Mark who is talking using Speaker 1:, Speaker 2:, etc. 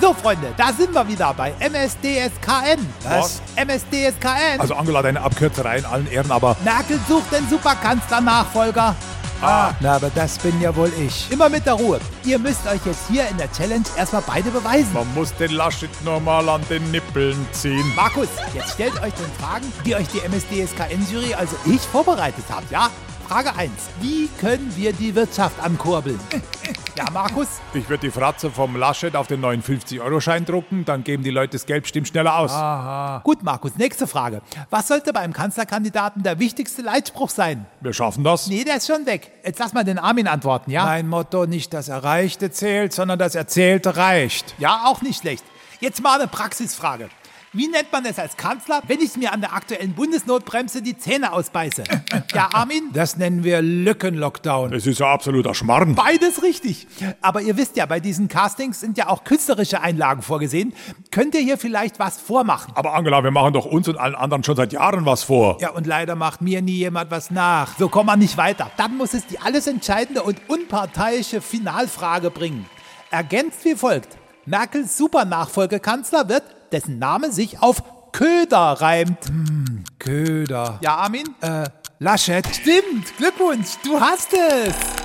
Speaker 1: So, Freunde, da sind wir wieder bei MSDSKN.
Speaker 2: Was?
Speaker 1: MSDSKN.
Speaker 2: Also Angela, deine Abkürzerei in allen Ehren, aber
Speaker 1: Merkel sucht den Superkanzler-Nachfolger.
Speaker 2: ah,
Speaker 3: Na, aber das bin ja wohl ich.
Speaker 1: Immer mit der Ruhe. Ihr müsst euch jetzt hier in der Challenge erstmal beide beweisen.
Speaker 2: man muss den Laschet nochmal an den Nippeln ziehen.
Speaker 1: Markus, jetzt stellt euch den Fragen, die euch die MSDSKN-Jury, also ich, vorbereitet habt, ja? Frage 1. Wie können wir die Wirtschaft ankurbeln? Ja, Markus?
Speaker 2: Ich würde die Fratze vom Laschet auf den neuen 50-Euro-Schein drucken, dann geben die Leute das Gelbstimm schneller aus.
Speaker 3: Ah.
Speaker 2: Ah.
Speaker 1: Gut, Markus, nächste Frage. Was sollte beim Kanzlerkandidaten der wichtigste Leitspruch sein?
Speaker 2: Wir schaffen das.
Speaker 1: Nee, der ist schon weg. Jetzt lass mal den Armin antworten, ja?
Speaker 3: Mein Motto, nicht das Erreichte zählt, sondern das Erzählte reicht.
Speaker 1: Ja, auch nicht schlecht. Jetzt mal eine Praxisfrage. Wie nennt man es als Kanzler, wenn ich mir an der aktuellen Bundesnotbremse die Zähne ausbeiße? Ja, Armin?
Speaker 3: Das nennen wir Lückenlockdown.
Speaker 2: Es ist ja absoluter Schmarrn.
Speaker 1: Beides richtig. Aber ihr wisst ja, bei diesen Castings sind ja auch künstlerische Einlagen vorgesehen. Könnt ihr hier vielleicht was vormachen?
Speaker 2: Aber Angela, wir machen doch uns und allen anderen schon seit Jahren was vor.
Speaker 3: Ja, und leider macht mir nie jemand was nach.
Speaker 1: So kommt man nicht weiter. Dann muss es die alles entscheidende und unparteiische Finalfrage bringen. Ergänzt wie folgt. Merkels Supernachfolgekanzler wird, dessen Name sich auf Köder reimt.
Speaker 3: Hm, Köder. Äh,
Speaker 1: Ja, Armin?
Speaker 3: Laschet.
Speaker 1: Stimmt, Glückwunsch, du hast es.